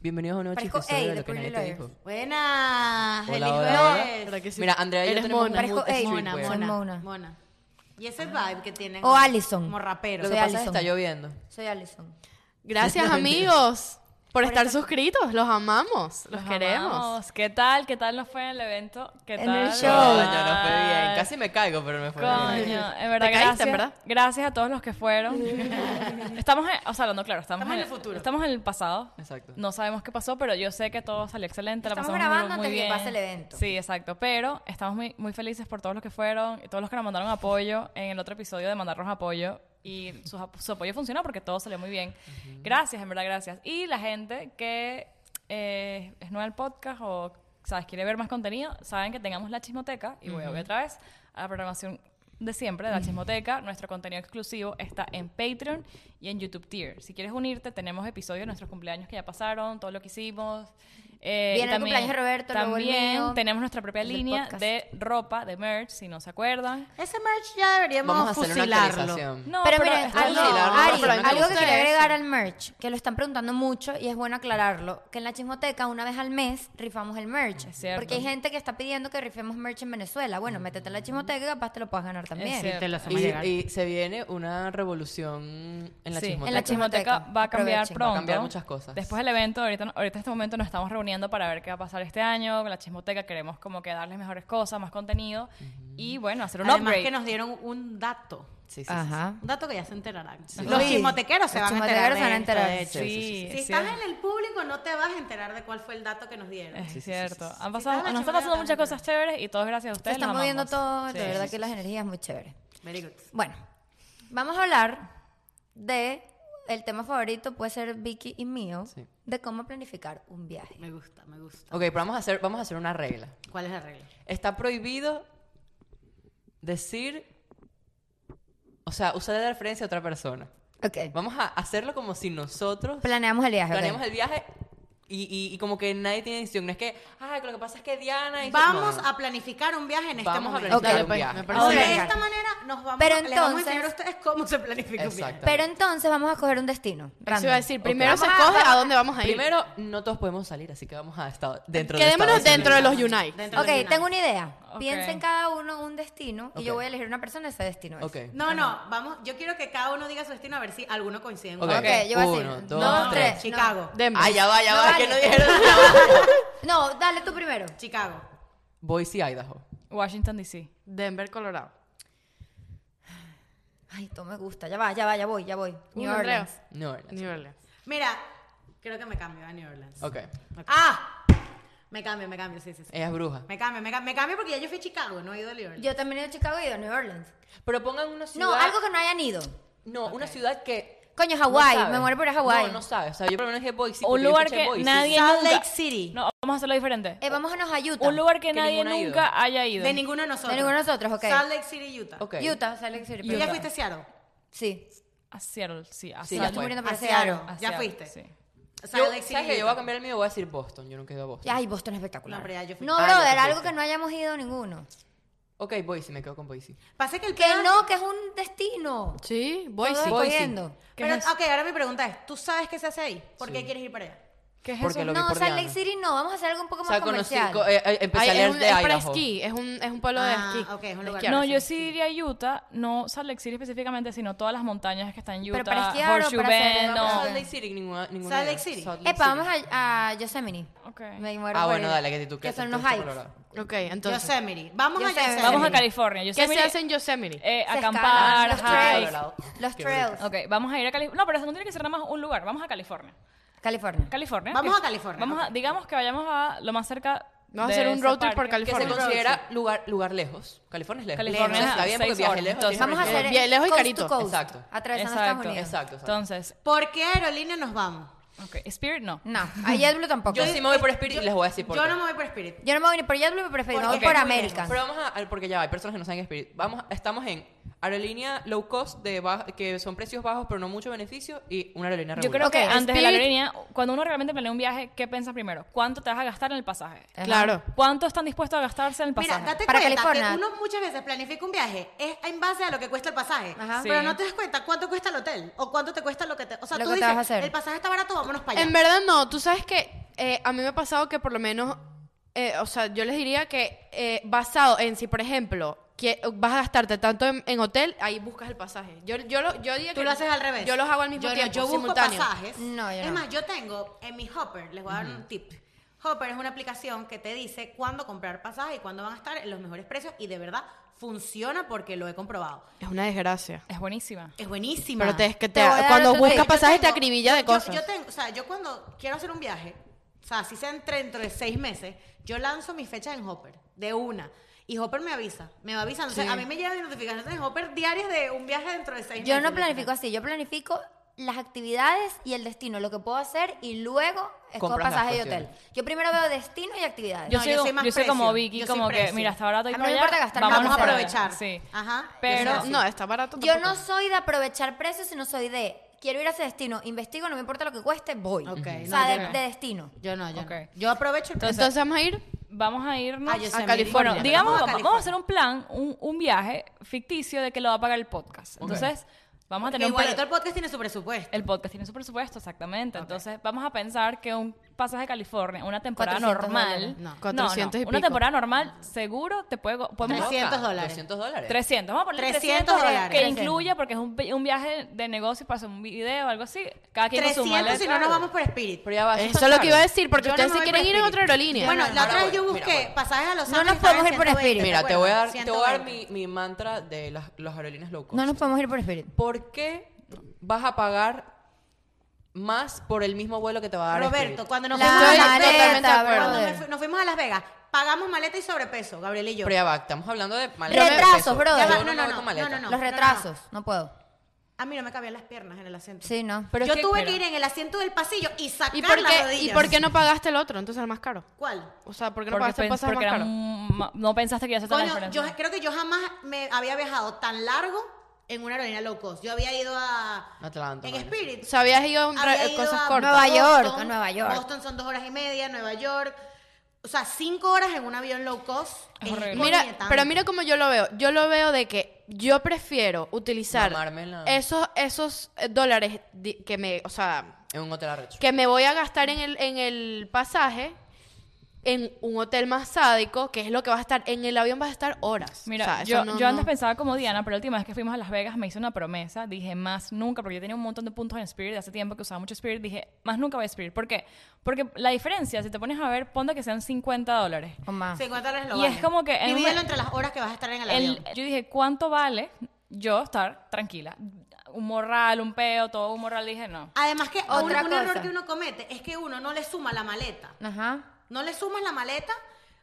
Bienvenidos a un nuevo Parezco chiste Ey sobre de lo que nadie Pretty te Lawyers. dijo. Buenas, Hola, feliz hola, hola. jueves. ¿Verdad que sí? Mira, Andrea y yo Eres tenemos mona. un Parezco mood Ey, street, mona, weón. mona, Mona. mona. Y ese vibe que tienen. O Allison. Como rapero. Lo que Soy pasa es que Alison. está lloviendo. Soy Alison. Gracias amigos por estar suscritos, los amamos, los, queremos. amamos. ¿Qué tal? ¿Qué tal nos fue en el evento? ¿Qué En tal? el show. Coño, no fue bien. Casi me caigo, pero me fue bien. Coño, en verdad, Te caíste, gracias, en verdad. gracias a todos los que fueron. estamos, en- o sea, hablando claro, estamos, Estamos en el futuro. Estamos en el pasado. Exacto. No sabemos qué pasó, pero yo sé que todo salió excelente. Estamos la pasamos grabando muy, muy antes de que bien. pase el evento. Sí, exacto. Pero estamos muy, muy felices por todos los que fueron, y todos los que nos mandaron apoyo en el otro episodio de mandarnos apoyo. Y su, su apoyo funcionó porque todo salió muy bien. Gracias, en verdad, gracias. Y la gente que eh, es nueva al podcast o sabes quiere ver más contenido, saben que tengamos la chismoteca. Y voy a volver otra vez a la programación de siempre de la chismoteca. Nuestro contenido exclusivo está en Patreon y en YouTube Tier. Si quieres unirte, tenemos episodios de nuestros cumpleaños que ya pasaron, todo lo que hicimos. Eh, Viene y el cumpleaños de Roberto, luego el también mío, tenemos nuestra propia el del línea podcast. de ropa, de merch, si no se acuerdan. Ese merch ya deberíamos Vamos a hacer una fusilarlo. actualización. No, pero, miren, está algo, bien. Sí, la verdad, Ari, pero no me algo que gusta quería eso. agregar al merch, que lo están preguntando mucho y es bueno aclararlo, que en la chismoteca una vez al mes rifamos el merch. Es cierto. Porque hay gente que está pidiendo que rifemos merch en Venezuela. Bueno, métete en la chismoteca y capaz te lo puedas ganar también. cierto. Te lo hacemos llegar. Y, y se viene una revolución en la Sí, chismoteca. en la chismoteca va a cambiar Aprovechen. pronto. Va a cambiar muchas cosas. Después del evento, ahorita, ahorita en este momento nos estamos reuniendo para ver qué va a pasar este año con la chismoteca. Queremos como que darles mejores cosas, más contenido y bueno, hacer un Además upgrade. que nos dieron un dato. Sí, sí, sí, Ajá. Un dato que ya se enterarán. Lo Los vi. chismotequeros se Los van a enterar. chismotequeros de se van a esto, enterar. de hecho. Sí, Si es estás cierto. en el público, no te vas a enterar de cuál fue el dato que nos dieron. Es Sí, sí, sí, cierto. sí, sí. Han Sí, pasado, todas las nos están pasando chismotecas muchas nos cosas chéveres y todo es gracias a Se ustedes. está los moviendo amamos. todo, Sí. de verdad que las energías muy chévere. Very good. Bueno, vamos a hablar de el tema favorito, puede ser Vicky y mío, Sí. de cómo planificar un viaje. Me gusta, me gusta. Ok, pero vamos a hacer, vamos a hacer una regla. ¿Cuál es la regla? Está prohibido decir, o sea, usar de referencia a otra persona. Ok. Vamos a hacerlo como si nosotros Planeamos el viaje. ok. planeamos el viaje y, y- y como que nadie tiene decisión. No es que, ay, lo que pasa es que Diana... hizo-". Vamos No, no, no. a planificar un viaje en este Vamos a momento. planificar Ok. un viaje. Me Pero parece Ahora, de bien. esta manera nos vamos, Pero a, les vamos a entonces- enseñar a ustedes cómo se planifica un viaje. Exacto. Pero entonces vamos a escoger un destino. Eso random. iba a decir, primero Ok. se escoge a dónde vamos a ir. Primero, no todos podemos salir, así que vamos a estar dentro de Quedémonos Estados dentro de los Unidos. United. Dentro de Ok, United. tengo una idea. Ok. Piensen cada uno un destino y yo Ok. voy a elegir una persona ese destino. es. Ok. No, no, vamos. Yo quiero que cada uno diga su destino a ver si alguno coincide. en Ok. uno. Ok, yo voy a decir. Uno, no, dos, tres. no. Chicago. Denver. Ah, ya va, ya No va, vale. que no dijeron. No, dale tú primero. Chicago. Boise, Idaho. Washington, D.C. Denver, Colorado. Ay, todo me gusta. Ya va, ya va, ya voy, ya voy. New Uno, Andrea. Orleans. New Orleans. New Orleans. Mira, creo que me cambio a New Orleans. Ok. ¡Ah! Me cambio, me cambio, sí, sí, sí. Ella es bruja. Me cambio, me cambio, me cambio porque ya yo fui a Chicago, no he ido a New Orleans. Yo también he ido a Chicago y he ido a New Orleans. Pero pongan una ciudad. No, algo que no hayan ido. No, una ciudad que. Coño, no Hawái. sabes. me muero por ir a Hawái. No, no sabes. O sea, yo por lo menos dije Boise. Un porque yo lugar escuché que Boise. nadie Salt nunca... Lake City. No, vamos a hacerlo diferente. Eh, vámonos a Utah. Un lugar que, Que nadie ninguno ha ido. nunca haya ido. De ninguno de nosotros. De ninguno de nosotros, ok. Salt Lake City, Utah. Ok. Utah, Salt Lake City. ¿Tú ya Utah. fuiste a Seattle? Sí. A Seattle, sí. A Sí, Yo ya Seattle. estoy fue. muriendo por A ese aro. Seattle. Ya A Seattle, fuiste. sí. Yo, Salt Lake City. ¿Sabes que yo voy a Utah. cambiar el mío? Voy a decir Boston. Yo nunca he ido a Boston. Ay, Boston es espectacular. No, pero ya yo fui. No, Ah, ya brother, tú algo fuiste. que no hayamos ido ninguno. Ok, Boise. Me quedo con Boise. Pasa que el Que plan- no, que es un destino. Sí, Todo Boise. Voy, sí. escogiendo. ¿Qué Pero, es eso? ok, ahora mi pregunta es, ¿tú sabes qué se hace ahí? ¿Por qué Sí. quieres ir para allá? ¿Qué es Porque eso? lo vi No, por Salt Lake Diana. City no, vamos a hacer algo un poco O más sea, conocí. comercial. co- eh, eh, empecé Ay, a es, leer un, de es para Idaho. esquí, es un, es un pueblo de Ah, esquí. ok, es un de lugar esquiar. para No, hacer yo esquí. sí diría Utah, no Salt Lake City específicamente, sino todas las montañas que están en Utah. Pero para esquiar o Horseshoe para hacer- Bend, No, no. Salt Lake City. Ninguna. ninguna Salt de- Lake City. Salt Lake Epa, vamos City. a, a Yosemite. Ok. Me muero Ah, por bueno, ir. dale, que tú Que que son tú los estás hikes. colorado. Ok, entonces. Yosemite. Vamos a Yosemite. Yosemite. Vamos a California. ¿Qué Yosemite, se hace en Yosemite? eh, Se acampar, escalan hike. Colorado. Los Qué trails. Ok, vamos a ir a California. No, pero eso no tiene que ser nada más un lugar. Vamos a California. California. California. Vamos que- a California, Vamos a, ok. digamos que vayamos a lo más cerca. Vamos a de hacer un ese road trip parque. por Que se California. considera lugar, lugar lejos. California es lejos. California Lejos. es Está bien seis porque viaje horas, lejos. entonces. tiene Vamos a sentido. hacer Bien, lejos y coast carito. to coast, Exacto. Atravesando Estados Exacto. Unidos. Exacto, exacto. Entonces, ¿Por qué aerolínea nos vamos? ok, Spirit no. No, a JetBlue tampoco. Yo Yo, sí me voy por Spirit y les voy a decir por Yo qué. no me voy por Spirit. no me voy ni por JetBlue, pero prefiero Porque por es muy lejos. American. Pero vamos a, al- porque ya va, hay personas que no saben Spirit. Vamos, estamos en Aerolínea low cost, de ba- que son precios bajos pero no mucho beneficio, y una aerolínea Yo regular. creo que Ok, antes de la Spirit- aerolínea, cuando uno realmente planea un viaje, ¿qué piensas primero? ¿Cuánto te vas a gastar en el pasaje? Ajá. Claro. ¿Cuánto están dispuestos a gastarse en el pasaje? Mira, date Para cuenta California. que uno muchas veces planifica un viaje es en base a lo que cuesta el pasaje, Ajá. pero Sí. no te das cuenta cuánto cuesta el hotel o cuánto te cuesta lo que te, o sea, Lo tú que te dices, vas a hacer. el pasaje está barato, vámonos para allá. En verdad no, tú sabes que eh, a mí me ha pasado que por lo menos, eh, o sea, yo les diría que eh, basado en si, por ejemplo, que vas a gastarte tanto en, en hotel, ahí buscas el pasaje. Yo, yo, lo, yo diría Tú que lo haces al revés. Yo los hago al mismo Yo no, tiempo, yo busco simultáneo. pasajes. No, yo es no. más, yo tengo en mi Hopper, les voy a dar un tip. Hopper es una aplicación que te dice cuándo comprar pasajes y cuándo van a estar en los mejores precios y de verdad funciona porque lo he comprobado. Es una desgracia. Es buenísima. Es buenísima. Pero te, es que Te te- voy a dar cuando otro buscas tip. Yo pasajes te tengo- acribilla de yo- yo- cosas. Yo, tengo, o sea, yo cuando quiero hacer un viaje, o sea, si sea entre, dentro de seis meses, yo lanzo mis fechas en Hopper, de una. Y Hopper me avisa, me va avisando. O sea, a mí me llegan notificaciones en Hopper diarias de un viaje dentro de seis meses. Yo no planifico así, yo planifico las actividades y el destino, lo que puedo hacer y luego escojo Compras las pasaje y cuestiones. hotel. Yo primero veo destino y actividades. Yo, No, soy, yo soy más como precio, Vicky, yo soy como que, precio. mira, hasta ahora estoy A mí por me allá, importa gastar, vámonos vamos a para allá. aprovechar. Sí. Ajá, Pero- yo soy así. No, está barato Yo tampoco. no soy de aprovechar precios, sino soy de quiero ir a ese destino, investigo, no me importa lo que cueste, voy. Ok, o no, sea, yo de, no. de destino. Yo no, yo Ok. no. Yo aprovecho el Entonces vamos a ir Vamos a irnos Ah, yo sé, a California. Bueno, Pero digamos, vamos a vamos, vamos a California. hacer un plan, un, un viaje ficticio de que lo va a pagar el podcast. Entonces, vamos a Que tener igual un todo plan. el podcast tiene su presupuesto. El podcast tiene su presupuesto, exactamente. Entonces, vamos a pensar que un pasaje a California, una temporada 400 normal. dólares. No, 400 y Una pico. temporada normal, seguro te puede, podemos 300 buscar. dólares. 300 dólares. 300, vamos a poner 300 300 dólares. que 300. incluya porque es un, vi- un viaje de negocio para hacer un video o algo así. Cada quien con su 300 maleta. si no nos vamos por Spirit. Pero ya va, Eso está es lo que caro. iba a decir, porque Yo no ustedes me se voy quieren por ir en Spirit. otra aerolínea. Bueno, la Ahora otra vez voy, yo mira, busqué voy. pasajes a Los No Ángeles. nos podemos ir por Spirit. Mira, te voy a dar, te voy a dar mi, 120. mi mantra de las, los aerolíneas low cost. No nos podemos ir por Spirit. ¿Por qué vas a pagar más por el mismo vuelo que te va a dar este Roberto, Spirit? cuando nos La fuimos a Las maleta, Vegas, brother. cuando me fu- nos fuimos a Las Vegas, pagamos maleta y sobrepeso, Gabriel y yo. Pero ya va, estamos hablando de de Retrasos, peso. brother. Yo Ya no, va, no, no, hago no, con maleta. no, no, no. Los retrasos, no puedo. A mí no me cabían las piernas en el asiento. Sí, no. Pero es yo que- tuve pero- que ir en el asiento del pasillo y sacar ¿Y por, las qué, rodillas. ¿Y por qué no pagaste el otro? Entonces el más caro. ¿Cuál? O sea, ¿por qué no Porque pagaste el pens- pasaje porque más era caro? un- ma- no pensaste que ya se estaba la Coño, diferencia. yo creo que yo jamás me había viajado tan largo en una aerolínea low cost. Yo había ido a... Atlanta, en vale. Spirit. O sea, habías ido a un Había re- ido cosas a cortas. Nueva York, Boston. a Nueva York. Boston son dos horas y media, Nueva York. O sea, cinco horas en un avión low cost. Es es horrible. Mira, coñetante. pero mira cómo yo lo veo. Yo lo veo de que yo prefiero utilizar Mamármela. esos, esos eh, dólares di- que me, o sea, En un hotel arrecho. que me voy a gastar en el, en el pasaje en un hotel más sádico, que es lo que vas a estar. En el avión vas a estar horas. Mira, O sea, eso yo, no- yo antes no. pensaba como Diana, pero la última vez que fuimos a Las Vegas me hice una promesa. Dije, más nunca, porque yo tenía un montón de puntos en Spirit de hace tiempo que usaba mucho Spirit. Dije, más nunca voy a Spirit. ¿Por qué? Porque la diferencia, si te pones a ver, ponte que sean 50 dólares. O más. 50 dólares lo Y vale. es como que en Divídelo una- entre las horas que vas a estar en el, El- avión. yo dije, ¿cuánto vale yo estar tranquila? Un morral, un peo, todo un morral. Dije, no. Además que Otra un, un error cosa. que uno comete es que uno no le suma la maleta. Ajá. No le sumas la maleta.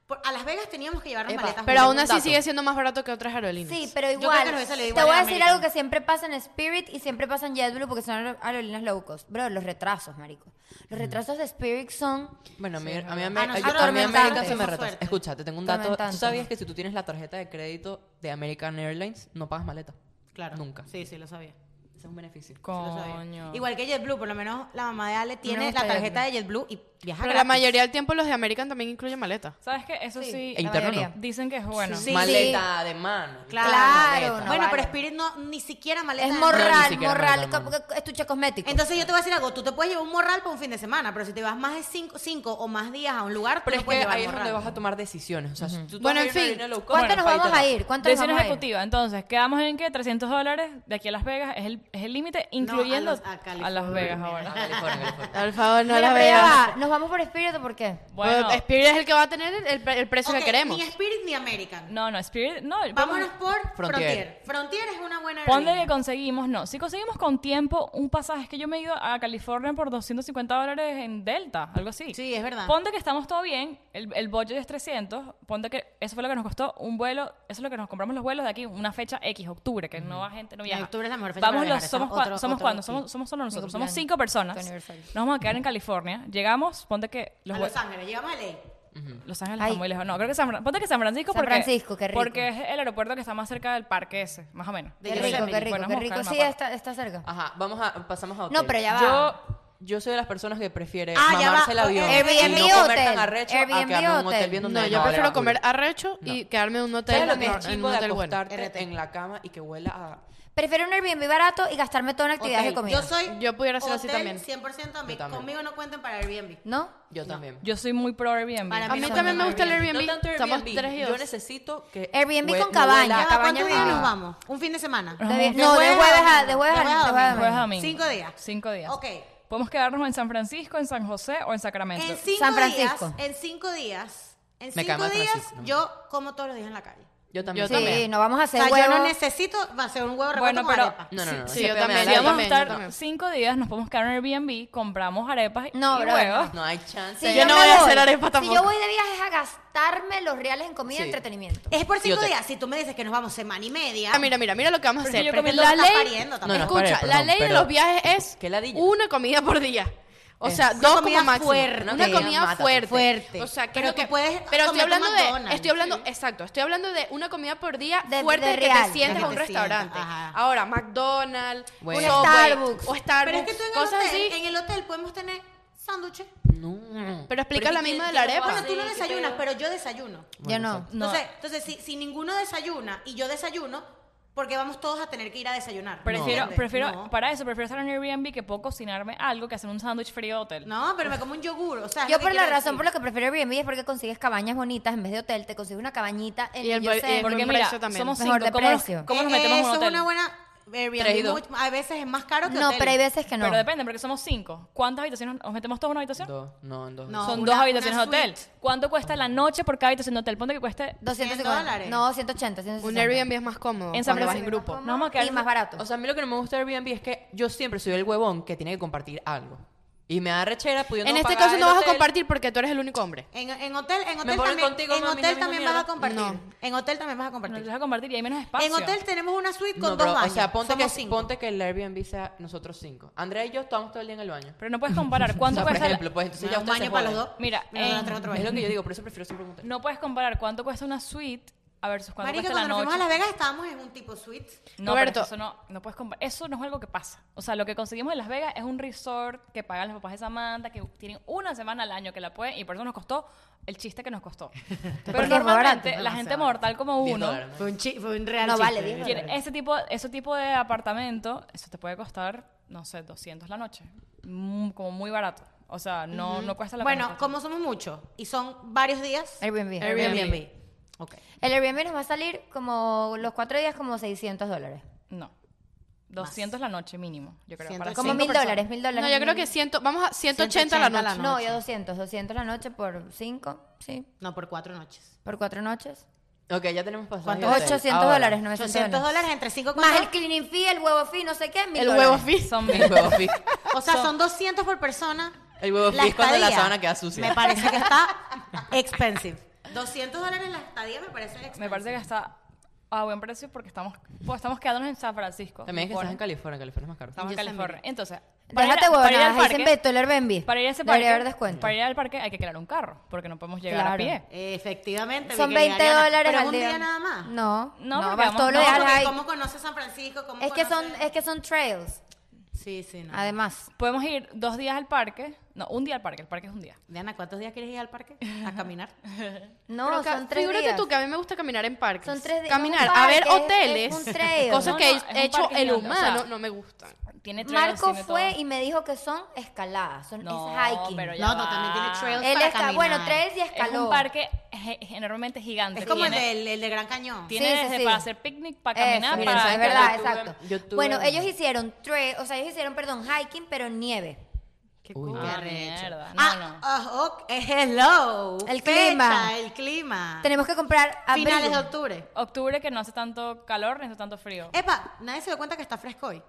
por- a Las Vegas teníamos que llevarnos Epa, maletas. Pero juntas. aún así dato. sigue siendo más barato que otras aerolíneas. Sí, pero Yo creo que igual. nos hubiese salido te igual voy en a decir American. algo que siempre pasa en Spirit y siempre pasa en JetBlue porque son aerolíneas low cost. Bro, los retrasos, marico. Los retrasos de Spirit son. Bueno, a mí, a mí, verdad. Amer- A a- nosotros a mí nos American encanta, se me tenemos retrasa. suerte. Escucha, te tengo un dato. ¿Tú Tormentante. sabías que si tú tienes la tarjeta de crédito de American Airlines, no pagas maleta? Claro. Nunca. Ese Sí, sí, lo sabía. es un beneficio. Sí lo sabía. Coño. Igual que JetBlue, por lo menos la mamá de Ale tiene gusta la tarjeta de JetBlue y viaja Pero la gratis. mayoría del tiempo los de American también incluyen maleta. ¿Sabes qué? Eso sí. E interno mayoría. no. Dicen que es bueno. Sí. Maleta de mano. Claro. Claro, Maleta. no bueno, vale. pero Spirit no, ni siquiera maleta. Es de No, ni morral, siquiera morral, maleta, co- co- estuche cosmético. Entonces yo te voy a decir algo, tú te puedes llevar un morral para un fin de semana, pero si te vas más de cinco, cinco o más días a un lugar, tú Pero no es puedes que llevar ahí es donde morral. vas a tomar decisiones. O sea, si tú te Bueno, vas a ir en a una fin, línea low cost, ¿Cuánto bueno, nos ahí vamos te a vas. ir? ¿Cuánto nos Decisión vamos a ir? ejecutiva. Entonces, quedamos en que 300 dólares de aquí a Las Vegas es el es el límite, incluyendo los- a a, California. Las Vegas Ah, ahora. California, California. Por favor, no Mira, la pero ya veas. va, ¿Nos vamos por Spirit o por qué? Bueno, Pues, Spirit es el que va a tener el, el pre- el precio Ok, que queremos. Ni Spirit ni American. no, no, Spirit, no. Vámonos vamos- por Frontier. Frontier. Frontier es una buena Ponle aerolínea. que conseguimos, no. Si conseguimos con tiempo un pasaje, es que yo me he ido a California por 250 dólares en Delta, algo así. Sí, es verdad. Ponte que estamos todo bien, el, el budget es 300, ponte que eso fue lo que nos costó un vuelo, eso es lo que nos compramos los vuelos de aquí, una fecha X, octubre, que no va gente, no viaja. octubre es la mejor fecha Vamos para los, viajar, somos, eso es cua- otro- somos otro cuando, tip. somos, somos solo nosotros, somos cumpleaños, cinco personas, tu nos aniversario. vamos a quedar en California, llegamos, ponte que los A vuelos- Los Ángeles, llegamos a LA. Los Ángeles Ay. está muy lejos. No, creo que San Fran- Ponte que San Francisco San porque. Francisco, qué rico. Porque es el aeropuerto que está más cerca del parque ese, más o menos. Qué Yo rico, soy de qué Medellín, rico, Bueno, qué vamos a rico. buscar el Sí, mapa. está, está cerca. Ajá, vamos a, pasamos a hotel. No, pero ya va. Yo, yo soy de las personas que prefiere Ah, ya mamarse va. el avión Airbnb y no comer hotel. tan arrecho a Airbnb quedarme en un hotel hotel. viendo una No, yo novela prefiero cool. comer arrecho y quedarme en un hotel. ¿Sabes lo que en es un- en chivo un de hotel bueno. acostarte RT. en la cama y que huela a... Prefiero un Airbnb barato y gastarme toda en actividades Hotel. de comida. Yo soy. Yo pudiera ser así hotel también. 100% a mí. Yo también. Conmigo no cuenten para Airbnb. ¿No? Yo también. Yo soy muy pro Airbnb. Para A mí Son también me gusta el Airbnb. Airbnb. No tanto Somos Airbnb. tres y Yo dos. necesito que... Airbnb hue- con no huela- La Ya va, ¿Cuántos cabaña días es- nos vamos? ¿Un fin de semana. De- Nos vamos no, de jueves a, de jueves a, De jueves a de jueves a Jueves a domingo. domingo. Cinco días. Cinco días. Ok. Podemos quedarnos en San Francisco, en San José o en Sacramento. En cinco San Francisco. días. En cinco días. En Me cinco cae más días, Francisco. yo como todos los días en la calle. Yo también. Yo también. Sí, no vamos a O hacer sea, yo huevo. no necesito hacer un huevo revuelto Bueno, con pero- arepa. No, no, no. Sí, ese yo pedo me también, da Si yo la- vamos a también, estar también. cinco días, nos podemos quedar en Airbnb, compramos arepas No, y bro, huevos. No hay chance. Si Yo no me voy a voy- hacer arepa Si tampoco. yo voy de viaje es a gastarme los reales en comida Sí. y entretenimiento. Es por cinco Yo te- días. Si tú me dices que nos vamos semana y media. Ah, mira, mira, mira lo que vamos a Pero hacer. yo comí la lo que está ley, pariendo No, también. no, escucha, espera, la perdón, ley de pero- los viajes es Qué ladilla. una comida por día. O Es sea, una dos comida como máximo. fuerte, Una, una comida comida mátate. fuerte. Fuerte. O sea, que Pero es lo tú que- puedes Pero estoy comerte un hablando de, McDonald's. estoy hablando, exacto, estoy hablando de una comida por día De- fuerte de que real, te sientes que a un te restaurante. sientas, ajá. Ahora, McDonald's, Bueno. un Un Subway, Starbucks. o Starbucks, Pero es que tú en el, cosas hotel, así. en el hotel podemos tener sándwiches. No. Pero explica la misma de la arepa. Bueno, tú no desayunas, pero yo desayuno. yo no. No. Entonces, entonces si, si ninguno desayuna y yo desayuno, porque vamos todos a tener que ir a desayunar. Prefiero, ¿Entiendes? prefiero No. para eso, prefiero estar en Airbnb que puedo cocinarme algo que hacer un sándwich frío de hotel. No, pero me como un yogur. O sea, es Yo lo por que la quiero razón decir. por la que prefiero Airbnb es porque consigues cabañas bonitas en vez de hotel, te consigues una cabañita en Y el yo ba- sé, y el Porque buen mira, precio también. somos Mejor cinco, de ¿cómo nos, precio. cómo nos Eh, metemos en eso un hotel? es una buena Tres y Airbnb. dos. mucho- a veces es más caro que No, hotel. pero hay veces que no. Pero depende, porque somos cinco. ¿Cuántas habitaciones? ¿Nos metemos todos en una habitación? Dos. No, en dos. No. Son una- dos habitaciones de una hotel. ¿Cuánto cuesta la noche por cada habitación de hotel? Ponte que cueste... 250. dólares. No, 180, 160. Un Airbnb es más cómodo. En San cuando vas en Francisco. grupo. No, vamos a quedar- y más barato. O sea, a mí lo que no me gusta de Airbnb es que yo siempre soy el huevón que tiene que compartir algo. Y me da rechera pudiendo en este pagar caso el no vas a hotel. compartir porque tú eres el único hombre. En, en hotel, en hotel ponen también, contigo, en no, mis hotel amigos, también mierda. vas a compartir. No. En hotel también vas a Nos compartir. deja compartir y hay menos espacio. En hotel tenemos una suite con No, dos bro, baños. O sea, ponte que, Somos cinco. ponte que el Airbnb sea nosotros cinco. Andrea y yo estamos todo el día en el baño. Pero no puedes comparar. O ¿Cuánto sea, por cuesta la- ejemplo, pues entonces ya un ustedes se baño para los joden. dos. Mira, Mira, en- nos trajo otro Es baño. lo que yo digo, por eso prefiero siempre un hotel. No puedes comparar cuánto cuesta una suite a versus cuánto Marica, cuesta cuando la nos fuimos noche. a Las Vegas estábamos en un tipo suite. No, Roberto. pero eso no, no puedes comparar. Eso no es algo que pasa. O sea, lo que conseguimos en Las Vegas es un resort que pagan los papás de Samantha, que tienen una semana al año que la pueden, y por eso nos costó el chiste que nos costó. Porque pero es barato, normalmente la demasiado gente mortal como 10 uno dólares, ¿no? Fue un, chi- fue un real No, chiste. vale, diez dólares. tiene ese tipo, ese tipo de apartamento, eso te puede costar, no sé, 200 la noche. Mm, como muy barato. O sea, no, no cuesta la Bueno, pena. como somos muchos y son varios días. Airbnb. Airbnb. Ok. El Airbnb nos va a salir como los cuatro días como 600 dólares. No. 200 la noche mínimo, yo creo. para Ciento- Como cinco mil personas. dólares, mil dólares. No, yo creo mil- que ciento, vamos a 180, la 180 la noche. No, noche. ya 200. 200 la noche por 5, sí, No, por cuatro noches. por cuatro noches. Ok, ya tenemos pasaje. Ah, ¿Cuánto? de hotel. 800 Ahora, dólares, 900 800 dólares entre cinco con Más dos. el cleaning fee, el huevo fee, no sé qué, mil El huevo dólares. fit. Son El huevo fit. O sea, son 200 por persona. El huevo La fit es cuando la estadía. sábana queda sucia. Me parece que está expensive. 200 dólares la estadía me parece expensive. Me parece que está a buen precio porque estamos, pues, estamos quedándonos en San Francisco. También es que supone. estás en California, California es más caro. Estamos Yo en también. California. Entonces, Déjate para ir al huevonadas, ahí parque- se inventó el Airbnb. para ir a ese parque, Debería haber descuento. para ir al parque hay que crear un carro porque no podemos llegar a Claro. pie. Efectivamente. Son mi querida 20 Ariana. dólares Pero al un día. nada más. No, No, no, porque vas vamos- todo lo no, de No, Ay. porque high. ¿Cómo conoce San Francisco? ¿Cómo Es que son conoce- es que son trails, Sí, sí, no. además. Podemos ir dos días al parque. No, un día al parque. El parque es un día. Diana, ¿cuántos días quieres ir al parque? A caminar. No, Pero ca- son tres figúrate días. tú que a mí me gusta caminar en parques. Son tres días. Caminar, Es un a ver parque, es- hoteles. es un trail. Cosas No, que no, es un he hecho parque el gigante, o sea, humano. no me gustan. Tiene trails, Marco tiene fue todo. y me dijo que son escaladas, son No, es hiking. pero ya No, no, va. también tiene trails Él para esca- caminar. bueno, trails y Es escaló. un parque ge- enormemente gigante. Es como el, tiene, del, el de Gran Cañón. tiene Sí, sí, desde sí. para hacer picnic, para Eso, caminar, mira, para eso es Mira, verdad, yo tuve- exacto. yo tuve- bueno, ellos hicieron trail, o sea, ellos hicieron, perdón, hiking, pero nieve. Qué Uy, cool. no. Ah, mierda. No, Ah, no. ah, ok, hello. El Fecha, clima. El Ah. clima. Tenemos que comprar abril. Finales de octubre. Octubre que no hace tanto calor ni hace tanto frío. Eh, Epa, nadie se dio cuenta que está fresco hoy.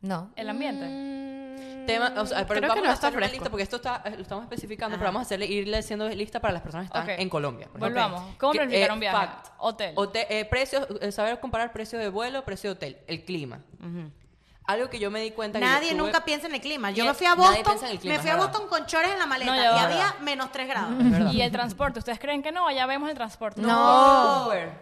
No. El ambiente. mm. Tema, o sea, pero Creo vamos que no a está hacer una fresco. lista porque esto está, eh, lo estamos especificando, pero vamos a hacerle, irle haciendo lista para las personas que están Ok. en Colombia. por ejemplo. Volvamos. ¿Cómo Que, planificar eh, un viaje? fact. Hotel. Hotel, eh, precios, eh, saber comparar precios de vuelo, precio de hotel, el clima. Algo que yo me di cuenta que yo Nadie tuve- nunca piensa en el clima. Yo Nadie- me fui a nadie Boston, piensa en el clima, me fui a es verdad. Boston con chores en la maleta No, y ya va. había menos 3 grados. Es verdad. Y el transporte, ¿ustedes creen que no? Allá vemos el transporte. No. Uber.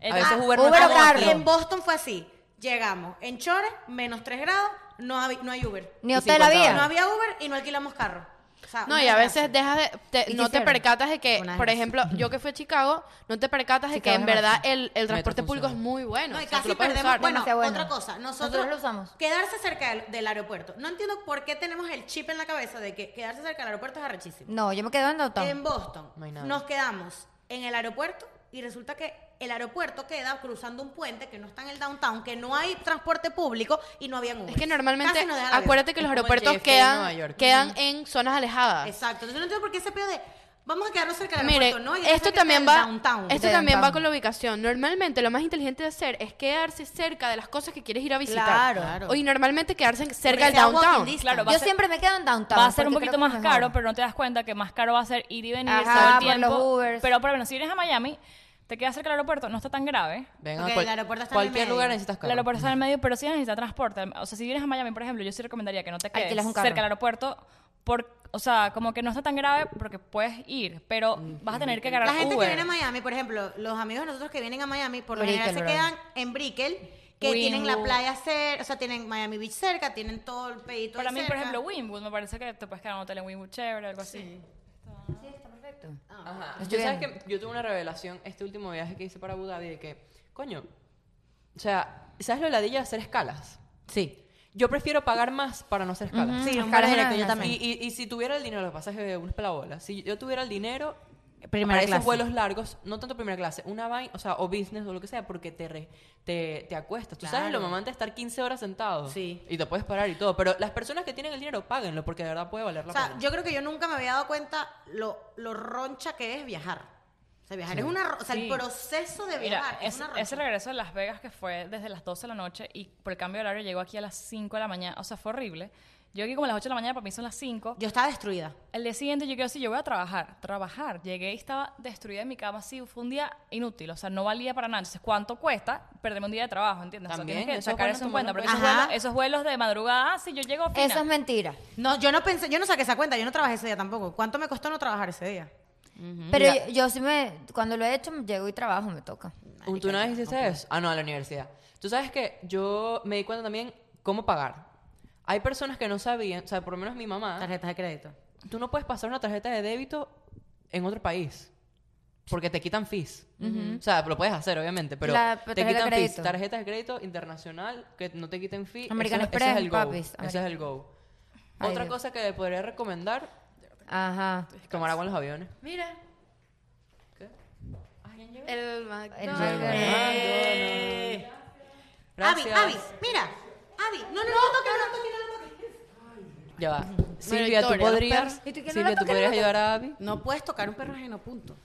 El- A veces Ah, Uber no Uber está o como aquí. Carlos. En Boston fue así. Llegamos en chores, menos 3 grados, no, hab- no hay Uber. Ni Y hotel había. No había Uber y no alquilamos carro. O sea, No, una y a desgracia. veces dejas de, te- qué no te hicieron? percatas de que, Una por desgracia. ejemplo, yo que fui a Chicago, no te percatas de que Chicago en es verdad demasiado. el, el transporte Metro público es funciona. muy bueno. No, y o sea, tú casi lo puedes perdemos. usar. Bueno, demasiado bueno. otra cosa. Nosotros, Nosotros lo usamos. Quedarse cerca del, del aeropuerto. No entiendo por qué tenemos el chip en la cabeza de que quedarse cerca del aeropuerto es arrechísimo. No, yo me quedo en downtown. En Boston No hay nada. nos quedamos en el aeropuerto y resulta que el aeropuerto queda cruzando un puente que no está en el downtown, que no hay transporte público y no había Uber. Es que normalmente, Casi nos dejan acuérdate que Es los como el aeropuertos JFK en Nueva quedan, York. quedan en zonas avión. alejadas. Exacto. Entonces no entiendo por qué se pierde. Vamos a quedarnos cerca del Mire, aeropuerto, ¿no? Y esto cerca también del va, downtown. esto Del también va downtown. con la ubicación. Normalmente lo más inteligente de hacer es quedarse cerca de las cosas que quieres ir a visitar. Claro. Claro. O y normalmente quedarse cerca Porque del sea walking downtown. distance. Claro, va a yo ser- siempre me quedo en downtown. Va a ser un porque poquito creo que más es caro, mejor. pero no te das cuenta que más caro va a ser ir y venir Ajá, todo el por tiempo. los Ubers. Pero por lo menos si vienes a Miami, te quedas cerca del aeropuerto, no está tan grave. Venga, Porque el cual- aeropuerto está en el cualquier medio. lugar necesitas carro. El aeropuerto está en el medio, pero sí necesitas transporte. O sea, si vienes a Miami, por ejemplo, yo sí recomendaría que no te quedes Alquilas un carro. cerca del aeropuerto. Por, o sea, como que no está tan grave porque puedes ir, pero vas a tener que agarrar La gente Uber. que viene a Miami, por ejemplo, los amigos de nosotros que vienen a Miami, por lo Brickell, general se bro. quedan en Brickell, que tienen la Wynwood. playa cerca, o sea, tienen Miami Beach cerca, tienen todo el pedito Para ahí mí, por cerca. ejemplo, Winwood, me parece que te puedes quedar en un hotel en Winwood chévere, algo así. Sí, está perfecto. Ajá. Estoy Yo sabes bien. que yo tuve una revelación este último viaje que hice para Abu Dhabi de que, coño, o sea, ¿sabes lo heladilla de hacer escalas? Sí. Yo prefiero pagar más para no hacer escalas. Sí, Las un caras buen eran directo, yo así. también. Y, y- y si tuviera el dinero, los pasajes de unos pelabolas, si yo tuviera el dinero Primera para clase. esos vuelos largos, no tanto primera clase, una vaina, o sea, o business o lo que sea, porque te, re- te, te acuestas. Tú sabes lo mamante de estar 15 horas sentado. Sí. Y te puedes parar y todo. Pero las personas que tienen el dinero, páguenlo, porque de verdad puede valer la O sea, pena. yo creo que yo nunca me había dado cuenta lo, lo roncha que es viajar. O sea, viajar es una... ro- O sea, Sí. el proceso de Mira, viajar es, ese- una roncha. ese regreso de Las Vegas que fue desde las 12 de la noche y por el cambio de horario llegó aquí a las 5 de la mañana, o sea, fue horrible. Yo aquí como a las 8 de la mañana, para mí son las 5. Yo estaba destruida. El día siguiente yo quedé así, yo voy a trabajar, trabajar. Llegué y estaba destruida en mi cama, así, fue un día inútil, o sea, no valía para nada. Entonces, ¿cuánto cuesta perderme un día de trabajo, entiendes? O sea, También, tienes eso que es sacar bueno eso en tomar cuenta, un peso. porque esos vuelos, Ajá. esos vuelos de madrugada, ah, sí, yo llego fina. Eso es mentira. No, yo no pensé, yo no saqué esa cuenta, yo no trabajé ese día tampoco. ¿Cuánto me costó no trabajar ese día? Pero yo, yo sí me. Cuando lo he hecho, llego y trabajo, me toca. ¿Tú una vez hiciste eso? Ah, no, a la universidad. Tú sabes que yo me di cuenta también cómo pagar. Hay personas que no sabían, o sea, por lo menos mi mamá, Tarjetas de crédito. tú no puedes pasar una tarjeta de débito en otro país. Porque te quitan fees. O sea, lo puedes hacer, obviamente, pero La te tarjeta de quitan fees. crédito. Tarjetas de crédito internacional, que no te quiten fees. American ese, Express, ese es el go. papis, Ese es American- el go. Ay, Otra Dios. cosa que le podría recomendar, Ajá. tomar agua en los aviones. Mira, ¿Qué? el El ah, Avi, Gracias. Avi, mira. Avi, no, no, no, no, toques, no, toques, no, no, toques. Ya va. Silvia, Victoria, tú los podrías. perros. ¿Y tú qué no Silvia, la tú toques, no podrías la ayudar a Abby. No puedes tocar un perro ajeno, punto.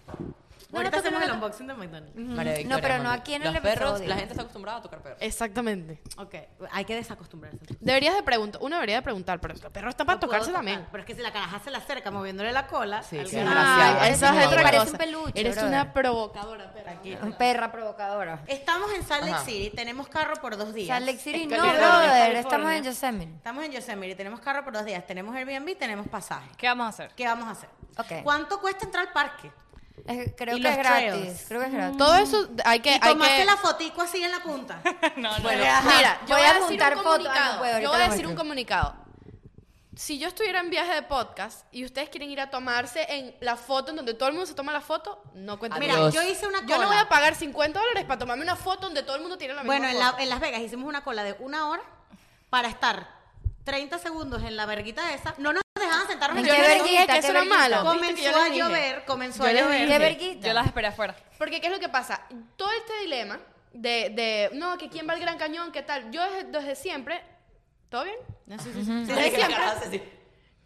No, Ahorita no, hacemos no, el no. unboxing de McDonald's. María Victoria, pero no mami. aquí en el Los perros, episodio. la gente está acostumbrada a tocar perros. Exactamente. Ok, hay que desacostumbrarse. Deberías de preguntar, uno debería de preguntar, pero el perro está para No puedo tocarse tocar, también. Pero es que si la caraja se la acerca moviéndole la cola. Sí, al- qué Ah, desgraciada. Ay, eres esa una es otra babona. Parece cosa. un peluche, Eres brother. una provocadora, perra. Perra provocadora. Estamos en Salt Lake Ajá. City, tenemos carro por dos días. Salt Lake City, Es no, California, brother. California. Estamos en Yosemite. Estamos en Yosemite, tenemos carro por dos días, tenemos Airbnb, tenemos pasaje. ¿Qué vamos a hacer? ¿Qué vamos a hacer? Ok. ¿Cuánto cuesta entrar al parque? Es- Creo Y que los es gratis. trails. Creo que es Mm. gratis. Todo eso hay Eh, que. Y hay tomaste que- la fotico así en la punta. No, no, Bueno, no. Ajá, Mira, voy yo voy, a a decir juntar un fotos. Ah, comunicado. no puedo, ahorita yo voy lo a voy a decir un hacer. comunicado. Si yo estuviera en viaje de podcast y ustedes quieren ir a tomarse en la foto en donde todo el mundo se toma la foto, no cuenten Mira, Adiós. yo hice una cola. Yo no voy a pagar 50 dólares para tomarme una foto donde todo el mundo tiene la misma Bueno, en, foto. la- en Las Vegas hicimos una cola de una hora para estar 30 segundos en la verguita esa. No nos dejaban sentarnos ¿En Yo qué les verguita, dije que qué eso era verguita? malo. ¿Viste que yo Comenzó a les dije? llover, comenzó Yo a les llover. Qué verguita. Yo las esperé afuera. Porque ¿qué es lo que pasa? Todo este dilema de, de no, que quién va al Gran Cañón, qué tal. Yo desde, desde siempre, ¿todo bien? Sí, Desde sí, sí. siempre,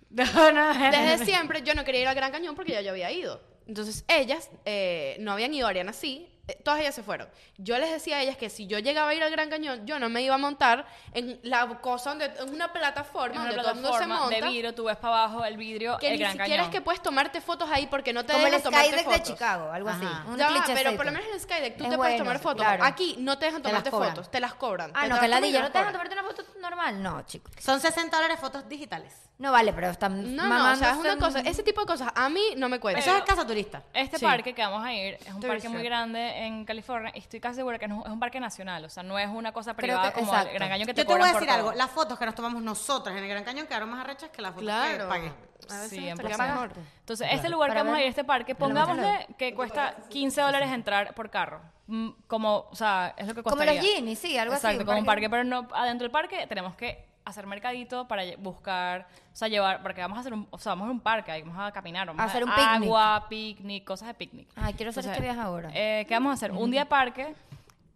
No, no. desde siempre yo no quería ir al Gran Cañón porque ya yo había ido. Entonces ellas eh, no habían ido, Ariana sí, eh, todas ellas se fueron. Yo les decía a ellas que si yo llegaba a ir al Gran Cañón, yo no me iba a montar en la cosa donde en una plataforma En donde una todo el plataforma mundo se de monta. vidrio, tú ves para abajo el vidrio, que el ni gran siquiera cañón. es que puedes tomarte fotos ahí porque no te Como el dejan tomarte Skydeck de fotos. Chicago, algo así. Ajá. un Ya va, cliché pero aceite. por lo menos en el Skydeck tú Es te puedes bueno, tomar sí, fotos. claro. Aquí no te dejan Te las tomarte cobran. fotos, te las cobran. Ah, Te no, las que la toman y dilla, las no te dejan cobran. tomarte una foto normal. No, chicos. Son 60 dólares fotos digitales. No vale, pero están. No, no, o sea, es una cosa, ese tipo de cosas a mí no me cuentan. Eh, Eso es casa turista. Este Sí. parque que vamos a ir es un Debe parque ser. muy grande en California y estoy casi segura que no- es un parque nacional, o sea, no es una cosa Creo privada que- como el exacto. Gran Cañón que te Yo te voy a cobran por decir algo. todo. Las fotos que nos tomamos nosotras en el Gran Cañón quedaron más arrechas que las fotos que Claro. eh, pagué. A veces 100%. estaría mejor. Entonces, este lugar que Para vamos a ver- ir, este parque, para ver pongámosle que cuesta 15 dólares entrar por carro. Mm, Como, o sea, es lo que Como costaría. los Genies, sí, algo así, Exacto, un como un parque. parque, pero no adentro del parque tenemos que hacer mercadito para lle- buscar, o sea, llevar, porque vamos a hacer un, o sea, vamos a un parque, ahí vamos a caminar, vamos A hacer un picnic. agua, picnic, cosas de picnic. Ay, quiero hacer este viaje ahora. Eh, ¿Qué vamos a hacer? Un día de parque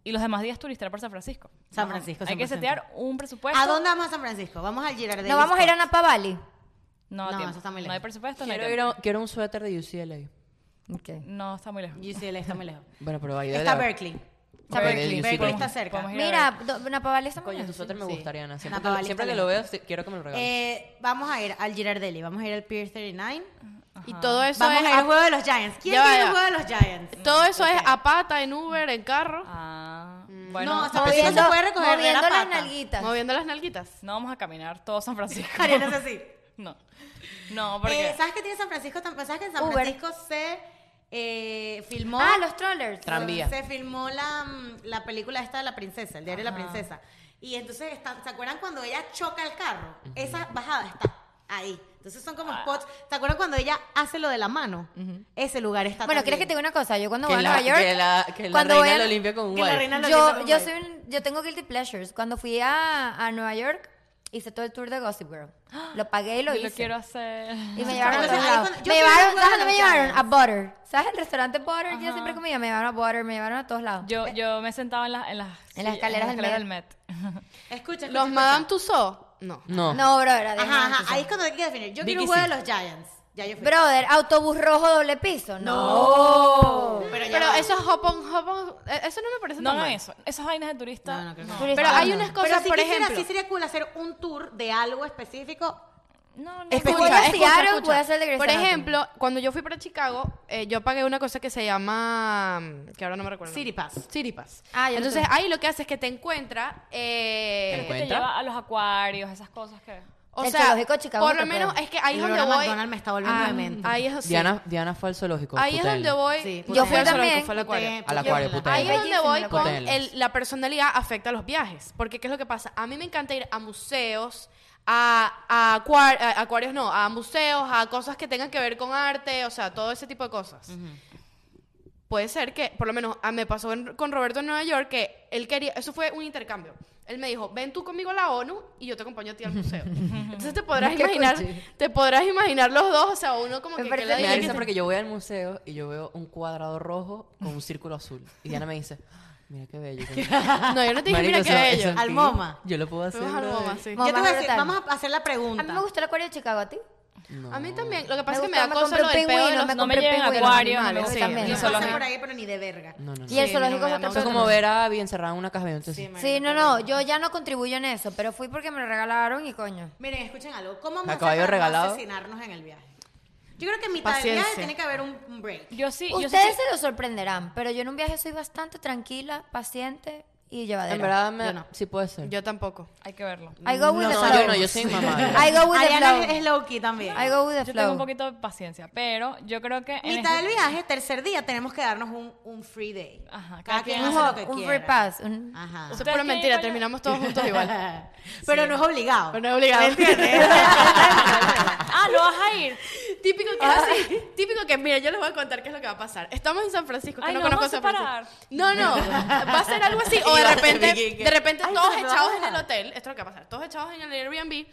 y los demás días turistear por San Francisco. San Francisco, Hay que 100%. setear un presupuesto. ¿A dónde vamos a San Francisco? Vamos al Girardelli. No vamos a ir a Scott. Napa Valley. No, da No, tiempo. eso está muy No hay lejos. presupuesto, no hay Quiero, ir tiempo. a- quiero un suéter de UCLA. Ok. No, está muy lejos. UCLA está muy lejos. Bueno, pero ahí debe Está haber- Berkeley. Está Pero Berkeley. del Berkeley UCLA. está cerca. Podemos ir a Mira, do- Napa Valley está muy Coño, tu lejos. suéter me gustaría, Ana. Siempre, Napa Valley siempre está que lo linda. veo, sí, quiero que me lo regales. Eh, vamos a ir al Girardelli, vamos a ir al Pier 39. Y todo eso vamos es a ir al a- juego de los Giants. ¿Quién Ya va, quiere el ya. juego de los Giants? todo eso es a pata en Uber, en carro, Ah, No, bueno, o sea, pero si no se puede recoger de moviendo la las pata. nalguitas. moviendo las nalguitas. no vamos a caminar todo San Francisco. Ariana es así. No, no, porque Eh, ¿Sabes qué tiene San Francisco? tan- ¿Sabes que en San Uber. Francisco se eh, filmó? Ah, los trollers. Tranvía. Se filmó la, mm, la película esta de la princesa, el diario de la Ajá. princesa. Y entonces, están- ¿se acuerdan cuando ella choca el carro? Esa bajada está ahí. Entonces son Ah. como spots. ¿Se acuerdan cuando ella hace lo de la mano? Ese lugar está Bueno, también. ¿quieres que te diga una cosa? Yo cuando que, voy a la, Nueva York. que la, que la cuando voy reina a- lo limpia con un que la wipe. reina lo limpia Yo, con yo, wipe. soy un- yo tengo guilty pleasures. Cuando fui a, a Nueva York, hice todo el tour de Gossip Girl. Lo pagué y lo yo hice. lo quiero hacer. Y me llevaron a Entonces, todos ahí lados. cuando- yo Me fui a un llevaron, ¿sabes lugar de dónde me los llevaron? A Giants. Butter. ¿Sabes el restaurante Butter? Yo Ajá. siempre comía, me llevaron a Butter, me llevaron a todos lados. Yo, yo me sentaba en, las en, las, En las escaleras del del Met. Escucha, escucha, Los escucha. Madame Tussauds, no. No. No, bro, era de Ajá, ajá. Ahí es cuando hay que definir. Yo Vicky quiero un juego sí. de los Giants. Ya yo fui. Brother, autobús rojo doble piso. No. Oh, Pero ya Pero va. eso es hop on, hop on- eh, eso no me parece No tan hagan mal. eso. Esas vainas de turista. No, no, creo que Turista Pero hay no. unas Pero cosas, si por quisiera, ejemplo. sí sería cool hacer un tour de algo específico. No, no, Es no. Voy a Seattle, voy a hacer de Por Grey's Anatomy. ejemplo, cuando yo fui para Chicago, eh, yo pagué una cosa que se llama, mm, que ahora no me recuerdo. el City nombre. Pass. City Pass. Ah, yo lo Entonces tengo. ahí lo que hace es que te encuentra, eh, Te Te ¿Entra? lleva a los acuarios, esas cosas que. o El sea, zoológico de Chicago por está lo menos peor. es que El ahí es donde olor a voy. McDonald's me está volviendo Ah, demente. Ahí es sí. Diana, Diana fue al zoológico. Ahí es putéenla. donde voy. Sí, Yo fui al zoológico, también. fue al acuario. Al acuario, putéenla. Ahí es donde Bellísimo, voy la con cuarentena. el- la personalidad afecta a los viajes. Porque ¿qué es lo que pasa? A mí me encanta ir a museos, a, a acua- a acuarios no, a museos, a cosas que tengan que ver con arte, o sea, todo ese tipo de cosas. Puede ser que, por lo menos a- me pasó en- con Roberto en Nueva York, que él quería, eso fue un intercambio. Él me dijo, ven tú conmigo a la ONU y yo te acompaño a ti al museo. Entonces te podrás Qué imaginar, coche. te podrás imaginar los dos, o sea, uno como Me que... parece ¿qué le Me da dije? risa porque yo voy al museo y yo veo un cuadrado rojo con un círculo azul. Y Diana me dice, "Ah, mira qué bello. No, yo no te dije, Marico, mira eso- qué eso bello. es Al mío. MoMA. Yo lo puedo hacer. Fuimos al brother. MoMA, sí. Mamá, yo te voy a decir, brutal. vamos a hacer la pregunta. A mí me gustó el acuario de Chicago, ¿a ti? No. A mí también. Lo que pasa es que me gustó, da me cosa compré lo del peo de pingüinos, los me No me compré lleven pingüinos, acuarios, no me animales, gusta. también. Ni Yo Yo solo pasé me- por ahí, pero ni de verga. No, no, no. Y el Sí, zoológico no me es da otra Eso es cosa. como ver a Abby encerrada en una caja. ¿vio? Entonces, Sí, no, no, yo ya no contribuyo en eso, pero fui porque me lo regalaron y coño. Miren, escuchen algo. ¿Cómo A vamos a hacer caballo para regalado. no asesinarnos en el viaje? Yo creo que en mitad del viaje Paciencia. tiene que haber un un break. Yo sí, yo sí. Ustedes se lo sorprenderán, pero yo en un viaje soy bastante tranquila, paciente y llevadera. En verdad, me- Yo no. sí puede ser. Yo tampoco. Hay que verlo. I go with no, the no, flow. yo no, yo soy mamá. I go with the Ariana flow. es, es low key también. I go with the Yo tengo flow. un poquito de paciencia, pero yo creo que. en Mitad este- del viaje, tercer día, tenemos que darnos un, un free day. Ajá, cada Cada quien quien Un hace hop, lo que un quiera. free pass, un- Ah, Ajá. Eso es ¿Ustedes pura quieren mentira, ir para allá? terminamos todos juntos igual. Pero no es obligado. Pero no es obligado. ¿Me entiendes? Ah, lo vas a ir. Típico que así, típico que mira, yo les voy a contar qué es lo que va a pasar. Estamos en San Francisco, que Ay, no nos conozco vamos a San Francisco. No, no, va a ser algo así o Y de va a ser repente Vicky que- de repente Ay, todos pero echados vamos en el a- hotel, esto es lo que va a pasar. Todos echados en el Airbnb y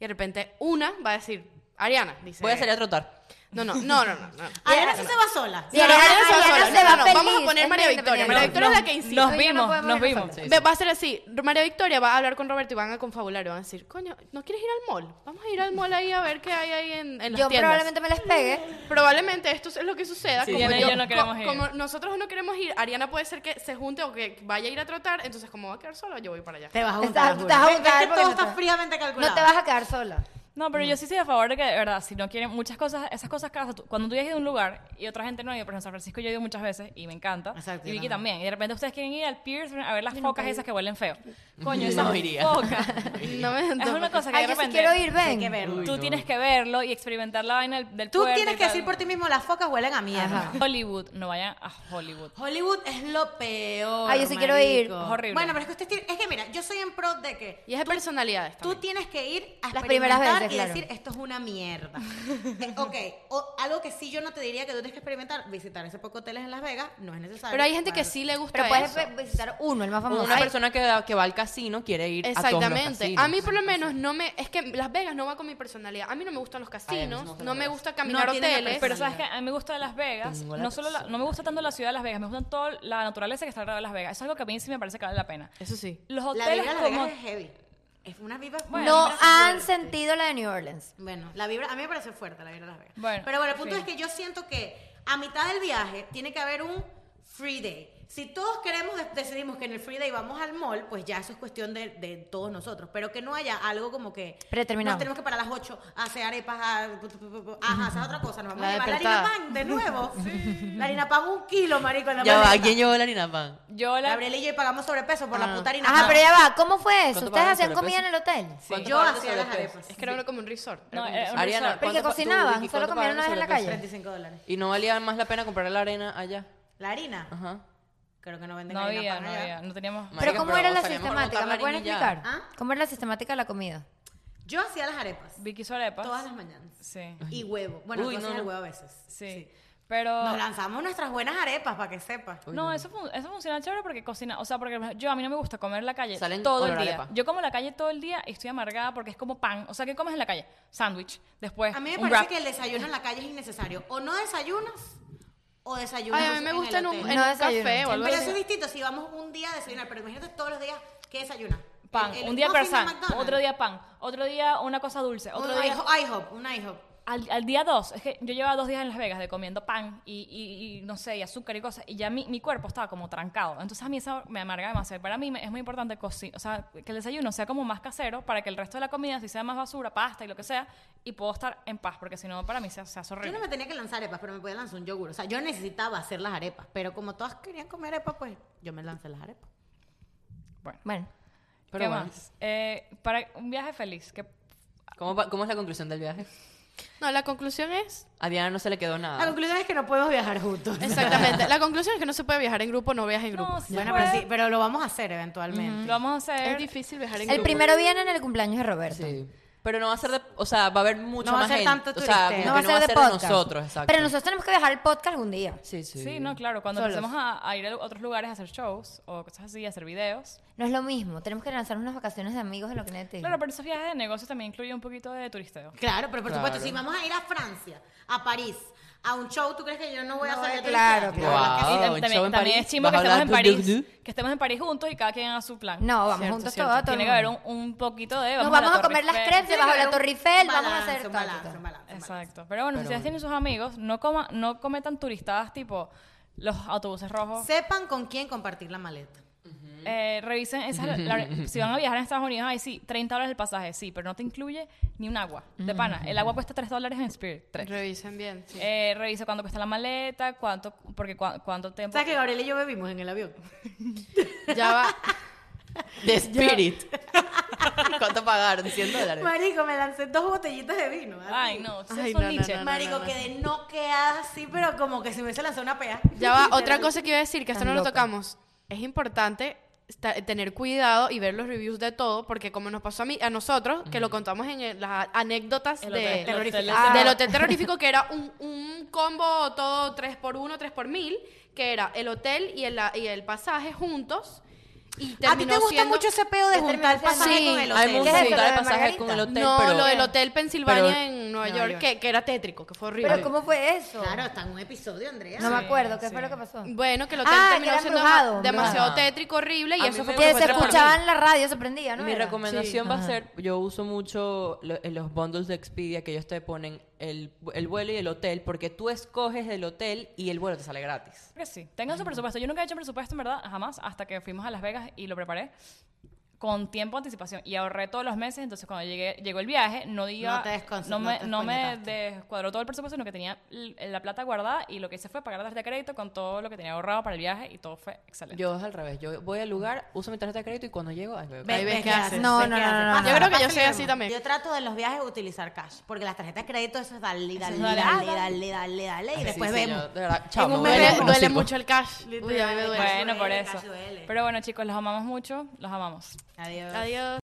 de repente una va a decir, Ariana, dice, Voy a salir a trotar. No, no, no, no, no. no. Ariana sí se va sola. Sí, Ariana- Ariana se va Ariana sola. se No, va no, no. Vamos feliz, a poner es María muy Victoria. María independiente. Victoria es la que insiste. Nos Oye, no vimos, podemos nos ir a vimos. sola. Ve- Va a ser así. María Victoria va a hablar con Roberto y van a confabular y van a decir, coño, ¿no quieres ir al mall? Vamos a ir al mall ahí a ver qué hay ahí en, en las Yo tiendas. probablemente me les Mm, pegue. Probablemente esto es lo que suceda. Sí, como, Diana y yo- yo no co- queremos ir. como nosotros no queremos ir, Ariana puede ser que se junte o que vaya a ir a trotar, entonces como va a quedar sola, yo voy para allá. Te vas a Exacto, juntar. te vas a Ves- ves juntar que porque no todo está te- fríamente calculado. No te vas a quedar sola. No, pero yo sí estoy a favor de que, de verdad, si no quieren muchas cosas, esas cosas que haces tú- cuando tú llegas a un lugar y otra gente no ha ido, por ejemplo, San Francisco yo he ido muchas veces y me encanta. Exacto, y yo también. Vicky también. Y de repente ustedes quieren ir al Pierce a ver las focas esas que huelen feo. Coño, esas No iría. focas. No me es una cosa que Ay, de yo sí repente quiero ir, Hay que ven. verlo. Uy, tú no. tienes que verlo y experimentar la vaina del, del Tú puerto tienes y que tal. decir por ti mismo, las focas huelen a mierda. Hollywood, no vayan a Hollywood. Hollywood es lo peor. Ay, yo sí quiero marico. ir. Es horrible. Bueno, pero es que usted tiene- es que mira, yo soy en pro de que Y es de personalidades tú también. tienes que ir a Las primeras experimentar veces, y claro. decir esto es una mierda. Eh, ok, o algo que sí yo no te diría que tú tienes que experimentar, visitar ese poco hoteles en Las Vegas no es necesario. Pero hay gente que Bueno, sí le gusta Pero puedes eso. ve- visitar uno, el más famoso. Una Ay, persona que, que va al casino quiere ir a todos los Exactamente. casinos. A mí por lo menos no me es que Las Vegas no va con mi personalidad. A mí no me gustan los no me casinos, gustan no los me Vegas. gusta caminar No tiene la hoteles. Pero sabes que a mí me gusta de Las Vegas, Tengo la no solo la- persona. no me gusta tanto la ciudad de Las Vegas, me gusta toda la naturaleza que está alrededor de Las Vegas. Eso es algo que a mí sí me parece que vale la pena. Eso sí. Los La vibra hoteles de Las como Vegas es heavy. Es una vibra Bueno, no pero- han sentido la de New Orleans. Bueno, la vibra, a mí me parece fuerte la vibra de Las Vegas. Bueno, pero bueno, el punto sí. es que yo siento que a mitad del viaje tiene que haber un free day. Si todos queremos, de- decidimos que en el free day vamos al mall, pues ya eso es cuestión de, de todos nosotros. Pero que no haya algo como que. Predeterminado. Nos tenemos que parar a las 8 a hacer arepas, a. Ajá, esa es otra cosa. Nos vamos La a llevar la harina despertada. pan de nuevo. La harina pan un kilo, marico. en la Ya va, maleta. ¿quién llevó la harina pan? yo la Gabriel y yo pagamos sobrepeso por la Ah. puta harina Ajá, pan. pero ya va, ¿cómo fue eso? ¿Cuánto ¿Ustedes pagaron hacían sobrepeso? comida en el hotel? ¿Cuánto Yo pagaste hacía las sobrepeso? arepas. Es que era como un resort. era No, como un era resort. un Ariana, resort. Porque ¿cuánto pa- tú, cocinaban, Vicky, solo cuánto comieron una vez pagaron en la sobrepeso? calle. 35 dólares. Y no valía más la pena comprar la arena allá. La harina. Ajá. Creo que no venden No harina había, pan no allá. había, no teníamos. Pero Marica, ¿cómo pero era la estaríamos sistemática? ¿Me rotando pueden harina ya. explicar? ¿Ah? ¿Cómo era la sistemática de la comida? Yo hacía las arepas. Vicky Sorepas. Todas las mañanas. Sí, Y huevo. Bueno, Uy, tú no, haces el no. huevo a veces. sí. Pero. Nos lanzamos nuestras buenas arepas para que sepas. Uy, No, no, eso, fun- eso funciona chévere porque cocina, o sea, porque yo a mí no me gusta comer en la calle Salen todo el olor a día. arepa. Yo como en la calle todo el día y estoy amargada porque es como pan, o sea, ¿qué comes en la calle? Sándwich, después A mí me un parece wrap. que el desayuno en la calle es innecesario. O no desayunas o desayunas. Ay, a mí me gusta en el un, hotel. en No un desayuno. café o algo Pero eso es así. distinto si vamos un día a desayunar. Pero imagínate todos los días que desayunas. pan, El- el un día muffin de persan, McDonald's. otro día pan, otro día una cosa dulce, otro un día IHOP, IHOP, un IHOP. al, al día dos, es que yo llevaba dos días en Las Vegas de comiendo pan y, y- y, no sé, y azúcar y cosas, y ya mi, mi cuerpo estaba como trancado. Entonces a mí eso me amarga demasiado. Para mí me- es muy importante cocinar, o sea, que el desayuno sea como más casero para que el resto de la comida, si sea más basura, pasta y lo que sea, y puedo estar en paz, porque si no, para mí se, se hace Yo horrible. no me tenía que lanzar arepas, pero me podía lanzar un yogur. O sea, yo necesitaba hacer las arepas. Pero como todas querían comer arepas, pues yo me lancé las arepas. Bueno, Pero ¿Qué bueno, más? Eh, para un viaje feliz, que ¿cómo, va- ¿cómo es la conclusión del viaje? No, la conclusión es A Diana no se le quedó La nada. conclusión es que no podemos viajar juntos. Exactamente. La conclusión es que no se puede viajar en grupo, no viajes en grupo. No, sí se Bueno, puede. pero, sí, pero lo vamos a hacer eventualmente. lo vamos a hacer. Es difícil viajar en el grupo. primero viene en el cumpleaños de Roberto. Sí. Pero no va a ser de, o sea, va a haber mucha No va a más ser gente. tanto o sea, como turisteo. que No va a ser de de podcast. nosotros, exacto. Pero nosotros tenemos que viajar el podcast algún día. Sí, sí. Sí, no, claro, cuando Solos. empecemos a, a ir a otros lugares a hacer shows o cosas así, a hacer videos. No es lo mismo, tenemos que lanzar unas vacaciones de amigos en lo que nadie te dijo. Claro, pero esos viajes de negocios también incluye un poquito de turisteo. Claro, pero por supuesto, Claro. si vamos a ir a Francia, a París, a un show, ¿tú crees que yo no voy a No, salir? a claro, turistear? claro. Wow, Y tam- un también, show en también París, es chimbo que vas a estemos en hablar du- París, du- que estemos en París juntos y cada quien haga su plan. No, vamos Cierto, juntos cierto. todos. todo Tiene el que haber mundo. un, un poquito de... Nos a vamos a Torre comer las Eiffel. crepes Tiene que bajo la haber Torre un Eiffel, vamos a balance, hacer un tal, balance, tal. un balance, un balance. Exacto. Pero bueno, si ustedes tienen sus amigos, no, coma, no cometan turistadas tipo los autobuses rojos. Sepan con quién compartir la maleta. Eh, revisen esas, la- si van a viajar en Estados Unidos, ahí sí, 30 dólares el pasaje, sí, pero no te incluye ni un agua. De pana, el agua cuesta 3 dólares en Spirit. tres. Revisen bien. sí. Eh, revisa cuánto cuesta la maleta, cuánto, porque cua- cuánto tiempo. ¿Sabes que Gabriel y yo bebimos en el avión? Ya va. De Spirit. ¿Cuánto pagaron? 100 dólares. Marico, me lancé dos botellitas de vino. así. Ay, no, ustedes Ay, son no, no, niches. no, no. Marico, quedé noqueada así, pero como que si me hubiese lanzado una pea. Ya va, otra cosa que iba a decir, que esto Estás no lo loca. tocamos. Es importante esta- tener cuidado y ver los reviews de todo, porque como nos pasó a, mí, a nosotros, que lo contamos en el- las anécdotas El de- hotel, el hotel del terrorífico. del hotel terrorífico, que era un, un combo todo 3x1, 3x1000, que era el hotel y el, y el pasaje juntos. Y ¿A ti terminó te gusta siendo- mucho ese pedo de Terminó juntar el siendo- pasaje Sí, con Hay el hotel? muchos ¿Qué es eso, juntar lo de pasajes Margarita? con el hotel, No, pero... lo del hotel Pensilvania pero- en Nueva Nueva York, York. Que, que era tétrico, que fue horrible. Pero ¿cómo fue eso? Claro, está en un episodio, Andrea. No me acuerdo, ¿qué sí. fue lo que pasó? Bueno, que el hotel Ah, que terminó era siendo embrujado, dema- demasiado embrujado. tétrico, horrible, y A mí eso me fue Que Pero se fue por escuchaba mí. en la radio, se Ah, prendía, ¿no? Mi era? recomendación va a ser, yo uso mucho lo- eh, los bundles de Expedia que ellos te ponen el, el vuelo y el hotel, porque tú escoges el hotel y el vuelo te sale gratis. Creo que sí. Tengan su presupuesto. Yo nunca he hecho presupuesto, en verdad, jamás, hasta que fuimos a Las Vegas y lo preparé con tiempo de anticipación y ahorré todos los meses. Entonces, cuando llegué, llegó el viaje, no diga. No te descon- no me, te no me desconectaste. descuadró todo el presupuesto, sino que tenía l- la plata guardada y lo que hice fue pagar la tarjeta de crédito con todo lo que tenía ahorrado para el viaje y todo fue excelente. Yo es al revés, yo voy al lugar, uso mi tarjeta de crédito y cuando llego... ay, me- Ve- Ahí ves ve qué qué haces. No, ve no, qué no, haces. no, no, Pasa, no. Yo creo que yo pasa, soy le así vemos. también. Yo trato de los viajes utilizar cash, porque las tarjetas de crédito eso es dale, dale, es dale, dale, dale, dale, dale, dale, y Ay, después sí, sí, vemos. yo- de verdad, chao, En me un voy a- mes Duele, vemos. no duele sirvo. mucho el cash. Uy, a mí me duele. bueno, por duele, eso. casi duele. Pero bueno, chicos, los amamos mucho. Los amamos. Adiós. Adiós.